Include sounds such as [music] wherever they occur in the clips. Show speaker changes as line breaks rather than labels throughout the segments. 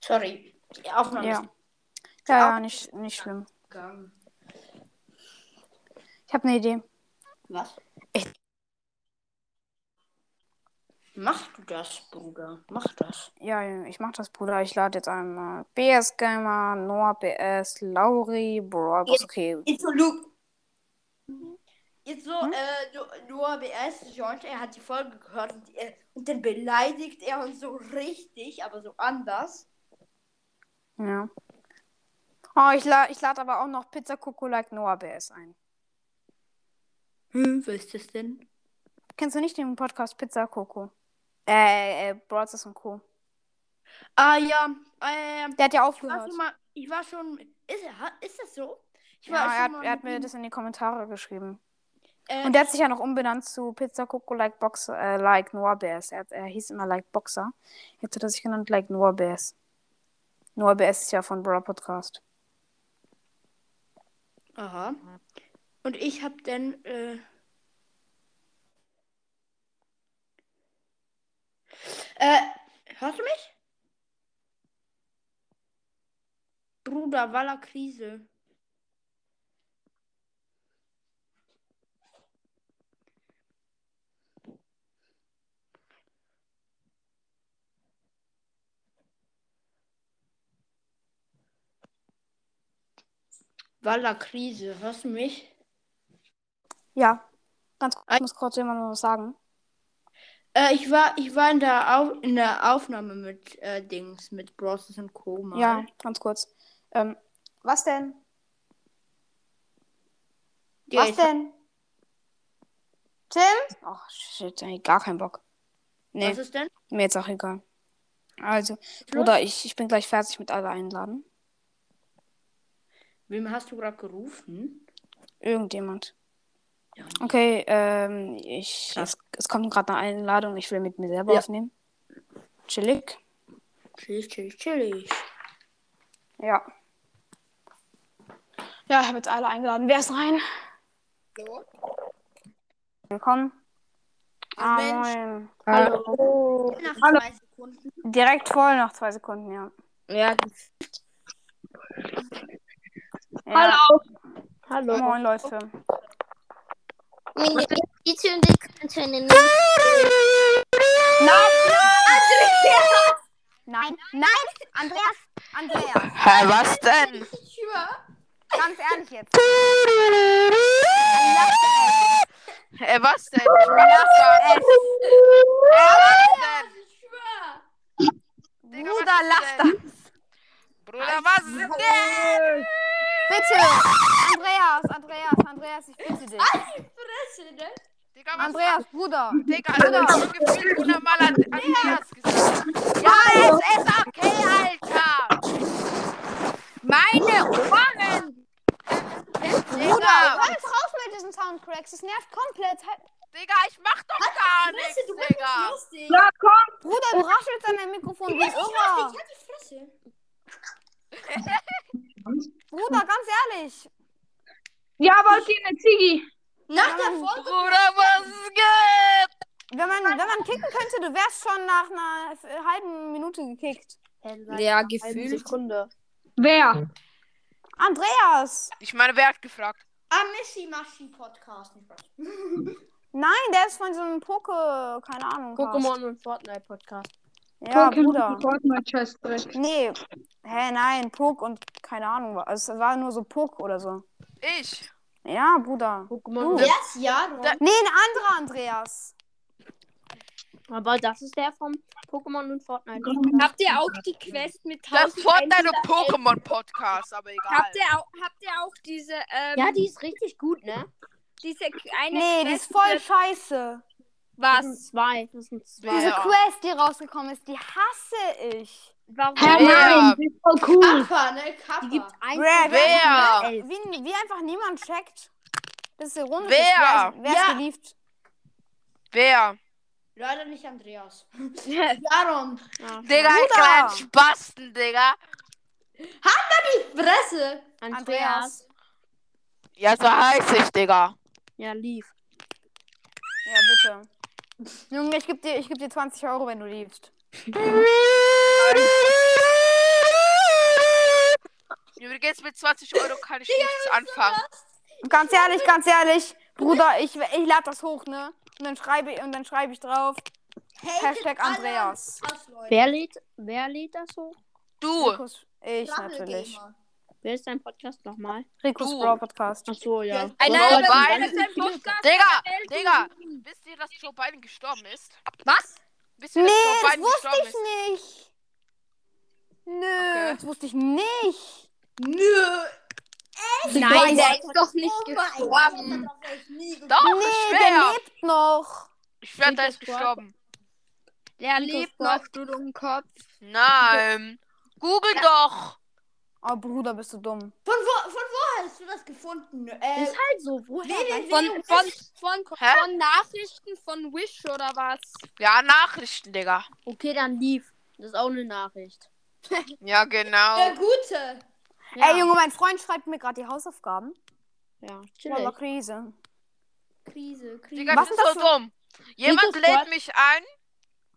Sorry. Die Aufnahme
Ja.
ist
Ja, ja, nicht, nicht schlimm.
gegangen.
Ich habe eine Idee.
Was?
Echt?
Mach du das, Bruder. Mach das.
Ja, ja, ich mach das, Bruder. Ich lade jetzt einmal BS Gamer, Noah BS, Lauri, Bro.
Ja.
Okay.
Jetzt so, Luke. Jetzt so,
Hm?
äh, Nu- Noah BS joint, er hat die Folge gehört und, er, und dann beleidigt er uns so richtig, aber so anders.
Ja. Oh, ich lade ich lad aber auch noch Pizza Coco Like Noah BS ein.
Hm, was ist das denn?
Kennst du nicht den Podcast Pizza Coco? Äh, äh, Brothers und Co.
Ah ja, äh,
Der hat ja
ich war
aufgehört.
schon mal, ich war schon, ist, er- ha- ist das so? Ich war
Ja, er hat,
schon mal
er hat
mit
mir
ihm,
das in die Kommentare geschrieben.
äh,
Und der hat sich ja noch umbenannt zu Pizza Coco Like Box, äh, Like Noah Bears. Er, hat, er hieß immer Like Boxer. Jetzt hat er sich genannt Like Noah Bears. Noah Bears ist ja von Bro Podcast.
Aha. Und ich habe dann, äh, äh, hörst du mich? Bruder, Walla Krise. Walla Krise, hörst du mich?
Ja, ganz kurz,
Ei-
ich muss kurz jemand noch was sagen.
Äh, ich war, ich war in der Auf in der Aufnahme mit äh, Dings, mit Broses und Co. mal.
Ja, ganz kurz. Ähm, was denn?
Ja,
was
ich-
denn? Tim? Ach, shit, ey, gar kein Bock. Nee,
Was ist denn?
mir jetzt auch egal. Also, Bruder, ich, ich bin gleich fertig mit alle einladen.
Wem hast du gerade gerufen?
Irgendjemand.
Ja.
Okay, ähm, ich,
Krass.
es, es kommt gerade eine Einladung, ich will mit mir selber
Ja.
aufnehmen. Chillig?
Chillig, chillig, chillig.
Ja. Ja, ich habe jetzt alle eingeladen. Wer ist rein?
Hallo.
Willkommen.
Ach,
Ah,
Mensch.
moin.
Hallo. Nach
Hallo.
zwei Sekunden.
Direkt voll noch zwei Sekunden, ja.
Ja.
ja.
Hallo.
Moin, Leute.
[laughs] Meine Bitte und ich kann anscheinend nicht.
Nein, nein, Andreas, [laughs] Andreas,
Hä, was denn?
ganz ehrlich jetzt.
Hä, was denn? Lass das. Was denn? Digga, was
Bruder,
ist
lass das.
denn? Bruder, was ist denn?
Bitte. Andreas, Andreas, Andreas, ich bitte dich.
Digga, was
Andreas, Bruder.
Digga, also ich hab gefühlt hundertmal an Andreas gesagt. Ja, es ist okay, Alter. Meine Ohren.
Bruder,
Digga,
hör jetzt raus mit diesen Soundcracks. Das nervt komplett. Halt-
Digga, ich mach doch gar nichts, Digga.
lustig.
Bruder, du raschelst an deinem Mikrofon wie ein
Oh,
Irrer.
Ich hab die Fresse.
Bruder, ganz ehrlich.
Ja, wollt ihr eine Ziggy?
Nach der Folge.
Bruder, was geht?
Wenn man, wenn man kicken könnte, du wärst schon nach einer f- äh, halben Minute gekickt.
Ja, gefühlt. Sekunde.
Wer?
Andreas!
Ich meine, wer hat gefragt?
Ah, Mischi Maschi Podcast.
Nein, der ist von so einem Poke, keine Ahnung. Pokémon.
und Fortnite Podcast.
Ja, Bruder.
Fortnite Chest Trick.
Nee. Hä, nein, Poke und keine Ahnung. wa- Also, es war nur so Poke oder so.
Ich?
Ja, Bruder.
Oh.
Pokémon.
Wer ist Jaron?
Da-
Nee, ein anderer Andreas.
Aber das ist der vom Pokémon und Fortnite.
Habt ihr auch die Quest mit
Der
1000
Fortnite und Pokémon-Podcast, aber egal.
Habt ihr auch, habt ihr auch diese, ähm,
Ja, die ist richtig gut, ne?
diese eine
Nee, die ist
Quest
voll
mit
scheiße.
Das sind
was?
zwei. Das sind zwei.
Diese
Ja.
Quest, die rausgekommen ist, die hasse ich.
Warum?
Hä,
Wer?
nein, das ist voll cool.
Kappa, ne? Kappa.
Ah, Die gibt eins.
Wer?
Wer?
Elf.
Wie, wie einfach niemand checkt. Das ist ironisch.
Wer?
ist- Wer ist
Ja.
geliebt?
Wer?
Leider nicht Andreas. Jaron.
Digga, ihr
Bruder.
kleinen Spasten, Digga.
Fresse.
Andreas.
Andreas.
Ja, so heiß ich, Digga.
Ja, lief.
Ja, bitte. Junge, ich geb dir, ich geb dir 20 Euro, wenn du liebst.
jetzt mit 20 Euro kann ich nichts anfangen.
Ganz ehrlich, ganz ehrlich, Bruder, ich, ich lade das hoch, ne? Und dann schreibe und dann schreibe ich drauf Hashtag Andreas.
Krass, Leute.
Wer lädt, wer lädt das hoch?
Du,
Rikus- Ich
Trouble
natürlich.
Gamer.
Wer ist dein Podcast nochmal?
Rikus
Du.
Brawl Podcast.
Ach so, ja.
Ja,
Alter,
Joe
aber
Biden.
das ist ein Podcast.
Digga, Digga, wisst ihr, dass Joe Biden gestorben ist?
Was?
Wisst ihr,
Nee,
dass Joe
das
Biden
wusste
gestorben
ich
ist?
nicht. Nö,
Okay.
das wusste ich nicht.
Nö.
Nein, der ist doch nicht
Oh mein
gestorben.
Gott, das hab ich nie geguckt.
Doch,
nee,
ich
der
schwör.
lebt noch.
Ich schwör, der ist
Rico's Brawl.
gestorben.
Der
Rico's
lebt
Brawl.
noch, du Dummkopf.
Nein. Google doch.
Oh, Bruder, bist du dumm.
Von wo, von wo hast du das gefunden? Äh,
Ist halt so, woher?
www.
Von, von, von,
Hä?
von Nachrichten von Wish oder was?
Ja, Nachrichten, Digga.
Okay, dann lief. Das ist auch eine Nachricht.
Ja,
der
Äh,
genau.
Gute.
Ja,
Ey, Junge, mein Freund schreibt mir gerade die Hausaufgaben.
Ja,
Voller
chillig.
Krise.
Krise, Krise.
Digga,
Was
das ist
ist das
so dumm. Jemand
Rico's
lädt
Brawl.
mich ein,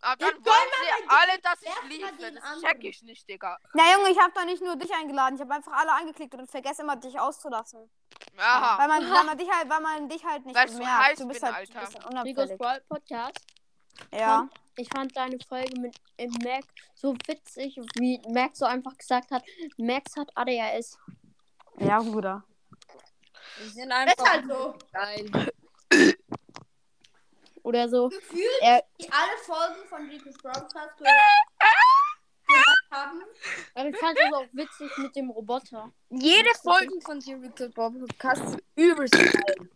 aber dann
soll
wollen sie alle, dass
Werf
ich
mal
liefere.
den
Das
anderen.
check ich nicht, Digga.
Na Junge, ich habe doch nicht nur dich eingeladen, ich habe einfach alle angeklickt und vergesse immer dich auszulassen.
Aha.
Weil man, weil
[laughs]
man dich halt, weil man dich halt nicht
Weil ich so
bemerkt.
heiß
du bist
bin,
halt
Alter.
ein bisschen
Rico's
unauffällig.
Brawl Podcast.
Ja.
Ich fand deine Folge mit äh, Mac so witzig, wie Max so einfach gesagt hat, Max hat ADHS.
Ja, Bruder.
Die sind
Ist
einfach
halt so.
geil.
Oder so.
Gefühlt,
Er-
die alle Folgen von Rico's Broadcast gehört haben.
Aber ich fand es auch witzig mit dem Roboter.
Jede Folge von Jericho Bob Podcast ist übelst geil.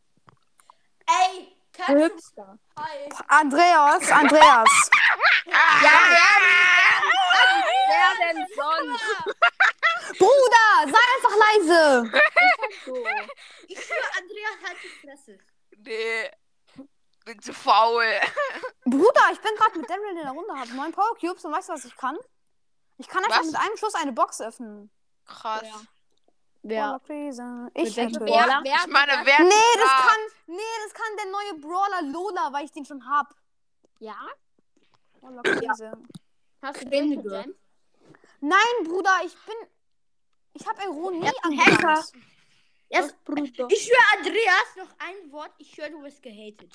Ey, kannst du
Hübster.
Hi.
Andreas, Andreas.
Ah,
Ja, ja, wer denn sonst?
Bruder, sei einfach leise.
[laughs] So.
Ich schwöre, Andreas, halt die Fresse.
Nee. Bin zu faul.
Bruder, ich bin gerade mit Daryl in der Runde, hab neun Power Cubes und weißt du, was ich kann? Ich kann einfach
Was?
mit einem Schuss eine Box öffnen.
Krass.
Ja. Wer?
Voller Krise. Ich
Mit welchem
hätte.
Brawler?
Wer, wer
Ich meine, wer
Nee, das
Ah.
kann, nee, das kann der neue Brawler Lola, weil ich den schon hab. Oh,
Ja?
Voller Krise.
Hast du
Gewinne
den
gehört?
Jam?
Nein, Bruder, ich bin. Ich hab Ero nie angefangen.
Er ist Bruder.
Ich schwöre, Andreas, noch ein Wort. Ich schwöre, du wirst gehatet.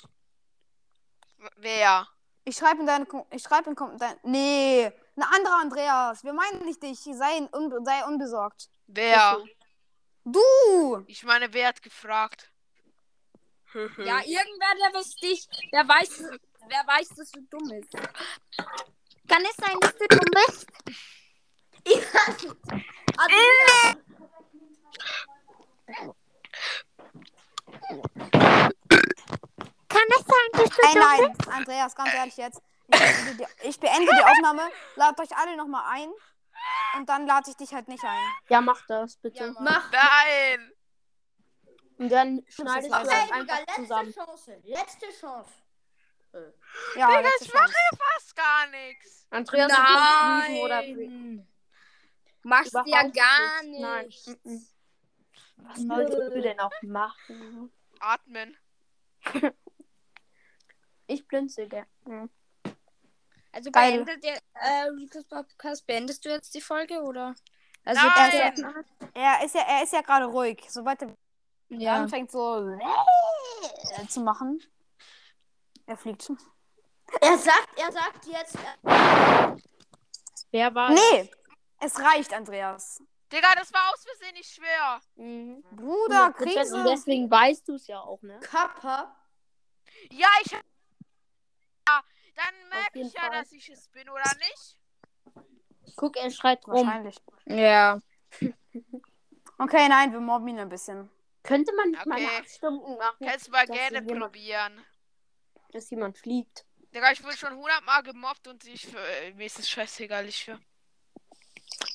Wer?
Ich schreibe in deine. Kom- Ich schreibe in. Kom- Dein, nee, ein anderer Andreas. Wir meinen nicht dich. Sei, un, sei unbesorgt.
Wer?
Du!
Ich meine, wer hat gefragt? Hm.
Ja, irgendwer, der was dich, der weiß, wer weiß, dass du dumm bist. Kann es sein, dass du dumm bist? Kann es sein, dass du
Ey, nein, Andreas, ganz ehrlich jetzt. Ich beende die, ich beende die Aufnahme, lad euch alle nochmal ein und dann lade ich dich halt nicht ein.
Ja, mach das bitte.
Ja, Mann.
Mach. Nein!
Und dann
Das
schneidest
ist
du das
leider-
Okay, Digga,
einfach
letzte
zusammen.
Chance. Letzte Chance.
Ja,
Digga,
letzte
ich
Chance.
mache fast gar nichts.
Andreas, du kannst lügen oder bringen.
Machst du ja
Überhaupt
gar
nicht.
nicht.
Nein. Mhm. Was solltest du denn auch machen?
Atmen.
Ich blinzel gerne.
Also
Geil.
beendet ihr, äh, Rico's Podcast, beendest du jetzt die Folge, oder? Also
Nein!
Er ist ja, er ist ja gerade ruhig. Sobald er
Ja.
anfängt so äh, zu machen, er fliegt.
Er sagt, er sagt jetzt. äh,
Wer war?
Nee, es reicht, Andreas.
Digga, das war aus Versehen, ich schwör.
Mhm.
Bruder,
100%. Und
Krise.
deswegen weißt du es ja auch, ne?
Kappa.
Ja, ich. Ja, dann
Auf
merke
jeden
ich ja,
Fall.
dass ich es bin, oder nicht?
Guck, er schreit rum.
Wahrscheinlich.
Ja.
Okay, nein, wir mobben ihn ein bisschen.
Könnte man nicht mal
Okay.
eine Abstimmung machen,
Kannst du mal
Dass
gerne
jemand-
probieren.
dass jemand fliegt?
Digga, ich wurde schon 100 Mal gemobbt und ich. äh, Mir ist es scheißegal, ich schwör.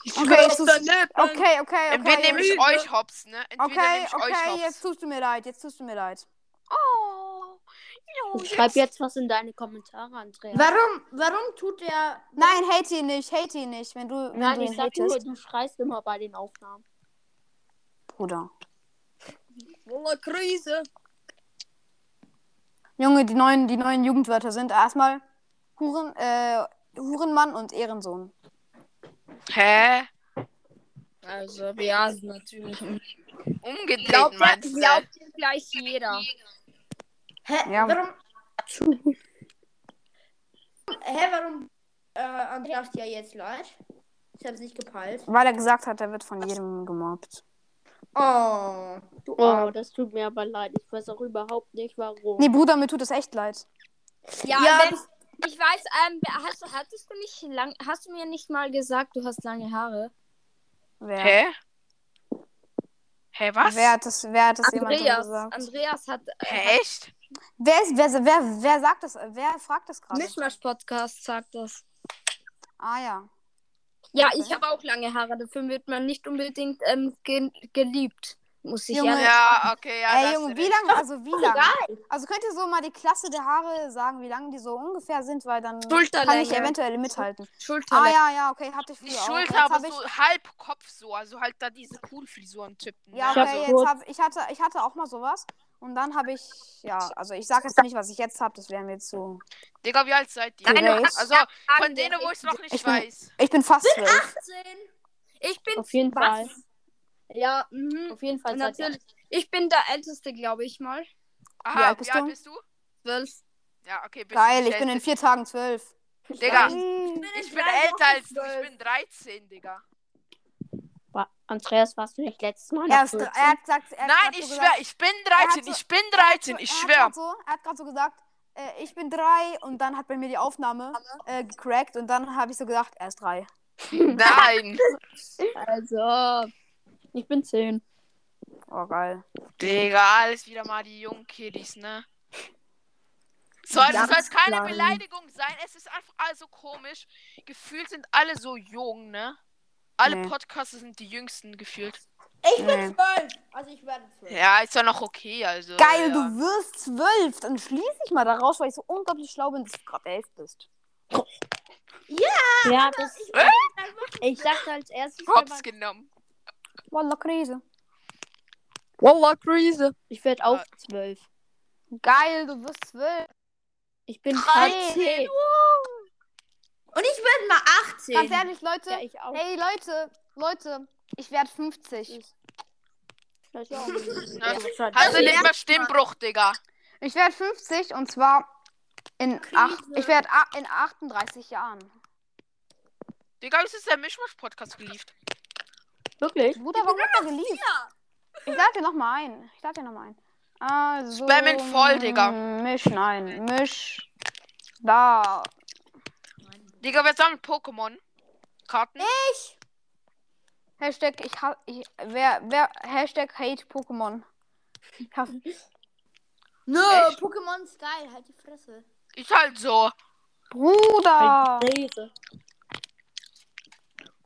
Okay, ich tu's- okay, okay, okay.
Entweder nehme ich
jetzt-
euch hops, ne? Entweder nehme
Okay,
ich euch
okay,
hops.
jetzt tust du mir leid, jetzt tust du mir leid.
Oh. Jo,
Ich schreib jetzt was in deine Kommentare, Andrea.
Warum, warum tut er.
Nein, hate ihn nicht, hate ihn nicht, wenn du, wenn
Nein,
du
ich
ihn
sag nur,
hatest.
du schreist immer bei den Aufnahmen.
Bruder.
Junge, Krise.
Junge, die neuen, die neuen Jugendwörter sind erstmal Huren, äh, Hurenmann und Ehrensohn.
Hä?
Also Beasen natürlich.
Umgedreht
Glaubt ja,
meinst du?
[laughs] glaubt ja gleich jeder.
Hä,
Ja.
warum. Hä, warum. Äh, Andreas ja jetzt leid? Ich hab's nicht gepeilt.
Weil er gesagt hat, er wird von jedem gemobbt.
Oh.
Du, oh, das tut mir aber leid. Ich weiß auch überhaupt nicht, warum.
Nee, Bruder, mir tut es echt leid.
Ja,
Ja,
wenn, ich weiß, ähm, hast, hattest du nicht lang, hast du mir nicht mal gesagt, du hast lange Haare?
Wer,
Hä? Hä, was?
wer hat das, wer hat das jemandem
Andreas,
gesagt?
Andreas hat
Hä, echt?
Wer, ist, wer, wer, wer sagt das? Wer fragt das gerade?
Mischmasch Podcast sagt das.
Ah ja.
Ja, ich habe auch lange Haare. Dafür wird man nicht unbedingt ähm, ge geliebt, muss ich
Junge.
ehrlich
Ja, okay, ja.
Ey,
das
Junge,
ist
wie
recht.
lange, also wie lange? Also könnt ihr so mal die Klasse der Haare sagen, wie lange die so ungefähr sind, weil dann kann ich
Schulterlänge.
eventuell mithalten. Ah
Schulterlänge.
ja, ja, okay, hatte ich
Nicht
früher auch. Jetzt
Schulter,
hab
aber
ich,
so halb Kopf so. Also halt da diese coolen Frisuren-Typen.
ja,
ne?
Ich hab's
okay, jetzt
kurz.
hab, ich, hatte, ich hatte auch mal sowas. Und dann habe ich, ja, also ich sage jetzt nicht, was ich jetzt habe, das wäre mir zu.
Digga, wie alt seid ihr?
Nein, du hast
also von denen, wo ich noch nicht
Ich bin-
weiß.
Ich bin fast zwölf.
18. Ich bin
Auf jeden
was?
Fall.
Ja, mhm.
Auf jeden Fall. seid ihr-
natürlich. Ich bin der Älteste, glaube ich mal.
Aha,
alt bist du?
Zwölf.
Ja, okay, bist
Geil,
du
ich bin in
älter.
vier Tagen zwölf.
Digga,
Ui.
ich bin älter als du. Ich bin 13, Digga.
Wa- Andreas, warst du nicht letztes Mal? noch
Er, ist,
14?
er hat gesagt, er hat
Nein,
grad so
ich
gesagt,
schwör, ich bin
hat
13,
so-
ich bin
er hat
13,
so- [laughs]
ich
er hat
schwör.
grad So, er hat gerade so gesagt, äh, ich bin drei und dann hat bei mir die Aufnahme äh, gecrackt und dann habe ich so gesagt, er ist drei.
Nein.
Also, ich bin 10.
Oh, geil.
Digga, alles wieder mal die jungen Kiddies, ne? Soll, das soll jetzt keine
Jahresplan.
Beleidigung sein, es ist einfach alles so komisch. Gefühlt sind alle so jung, ne? Alle
Nee.
Podcasts sind die jüngsten gefühlt.
Ich bin zwölf. Also ich werde zwölf.
Ja, ist ja noch okay, also.
Geil,
ja.
du wirst zwölf. Dann schließe ich mal daraus, weil ich so unglaublich schlau bin, dass du gerade elf bist.
Ja, das. Ich dachte als erstes,
Hops genommen.
Wallah, Krise.
Wallah, Krise. Ich werde auch 12.
Geil, du wirst zwölf.
Ich bin
Dreizehn.
13.
Und ich werde mal 18.
Ganz ehrlich, Leute.
Ja, ich auch.
hey, Leute, Leute, ich werde 50.
Leute, auch.
Ja.
Ja,
Hast du nicht mal Stimmbruch, Digga?
Ich werde 50 und zwar in, acht, ich werd a- in 38 Jahren.
Digga, es ist der Mischmasch-Podcast gelieft.
Wirklich?
Bruder, warum hat er geliebt? Ich lade dir nochmal ein. Ich lade dir nochmal ein. Also.
Spam ihn voll, Digga.
Misch, nein. Misch. Da.
Digga, wer sammelt Pokémon? Karten?
Hashtag, ich hab. Ich, wer, wer. Hashtag hate Pokémon. Ich hab-
Nö,
Echt?
Pokémon ist geil. Halt die Fresse.
Ist halt so.
Bruder!
Krise.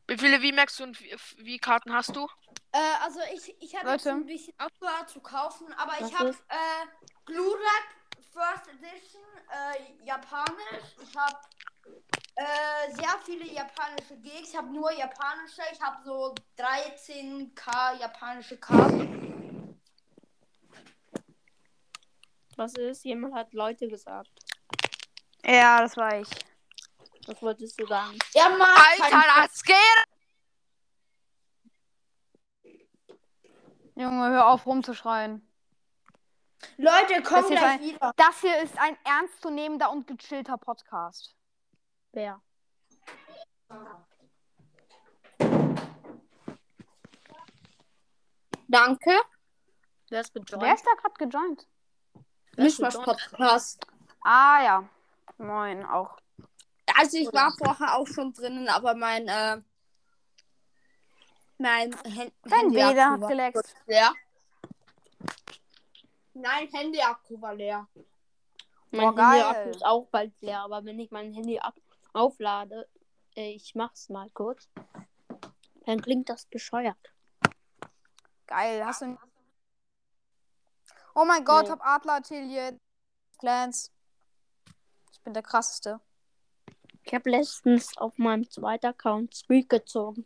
Wie viele V-Max und V-Karten hast du?
Äh, also ich, ich habe jetzt
Leute.
ein bisschen aufgehört zu kaufen, aber
Was
ich habe
ist?
äh, Glurak First Edition äh, Japanisch. Ich habe äh, sehr viele japanische Gigs. Ich habe nur japanische. Ich habe so 13k japanische Karten.
Was ist? Jemand hat Leute gesagt.
Ja, das war ich.
Was wolltest du sagen?
Ja, Mann.
Alter, das geht!
Junge, hör auf rumzuschreien.
Leute, komm
Das ist
gleich
ein-
wieder.
Das hier ist ein ernstzunehmender und gechillter Podcast.
Wer?
Danke.
Wer ist
Wer
bedeutend?
ist da gerade gejoint?
Mischmasch Podcast.
Ah ja. Moin, auch.
Also ich war vorher auch schon drinnen, aber mein äh, mein Hand
Dein
Handyakku
Weder hat
war
geleckt.
leer. Nein, Handyakku war leer.
Mein
Boah, geil.
Handy-Akku ist auch bald leer, aber wenn ich mein Handy ab auflade, äh, ich mach's mal kurz, dann klingt das bescheuert.
Geil, hast du. Oh mein Gott,
Nee.
hab Adler Atelier. Clans. Ich bin der krasseste.
Ich habe letztens auf meinem zweiten Account Squeak gezogen.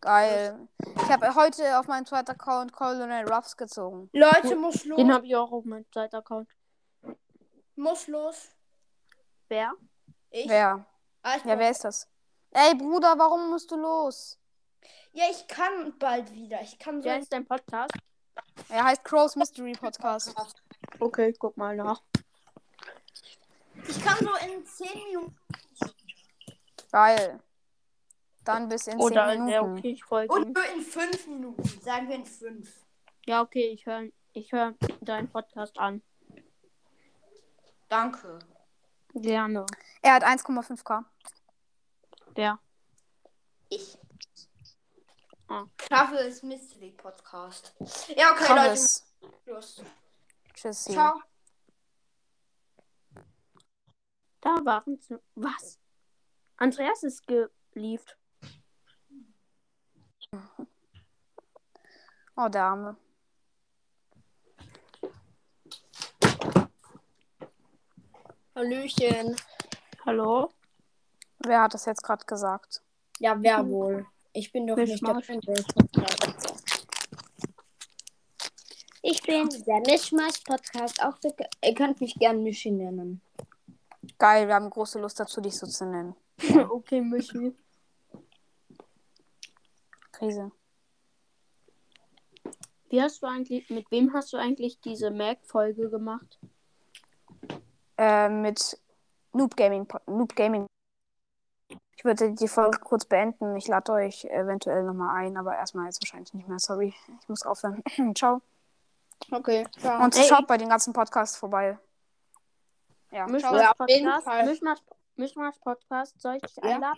Geil. Ich habe heute auf meinem zweiten Account Colonel Ruffs gezogen.
Leute, muss los.
Den habe ich auch auf meinem zweiten Account.
Muss los.
Wer?
Ich.
Wer?
Ah, ich
Ja, wer ist das? Ey, Bruder, warum musst du los?
Ja, ich kann bald wieder. Ich kann so.
Wie heißt dein Podcast?
Er heißt Crow's Mystery Podcast.
Okay, ich guck mal nach.
Ich kann so in 10 Minuten.
Geil. Dann bis in 10
Oder
Minuten.
ja, okay, ich folge ihm.
Und nur in 5 Minuten. Sagen wir in 5.
Ja, okay, ich höre ich hör deinen Podcast an.
Danke.
Gerne.
Er hat 1,5k.
Wer?
Ich.
Ah.
Krabbels Mystery Podcast. Ja, okay,
Krass.
Leute. Schluss.
Tschüss.
Ciao.
Da waren sie. Was? Andreas ist geliebt.
Oh, der Arme.
Hallöchen.
Hallo?
Wer hat das jetzt gerade gesagt?
Ja,
Mhm.
wer wohl? Ich bin doch
Ich
nicht
mach-
der Podcast. Ich bin der Mischmasch Podcast. Auch bek- ihr könnt mich gern Mischi nennen.
Geil, wir haben große Lust dazu, dich so zu nennen.
okay, Michi.
Krise.
Wie hast du eigentlich, mit wem hast du eigentlich diese Mac-Folge gemacht?
Äh, mit Noob Gaming. Po- Noob Gaming. Ich würde die Folge kurz beenden. Ich lade euch eventuell nochmal ein, aber erstmal jetzt wahrscheinlich nicht mehr. Sorry. Ich muss aufhören. [clears throat] Ciao.
Okay, ciao.
Und schaut bei den ganzen Podcasts vorbei. Ja.
Mischmasch
auf jeden
Podcast?
Fall.
Mischmasch, Mischmasch Podcast, soll ich dich einladen?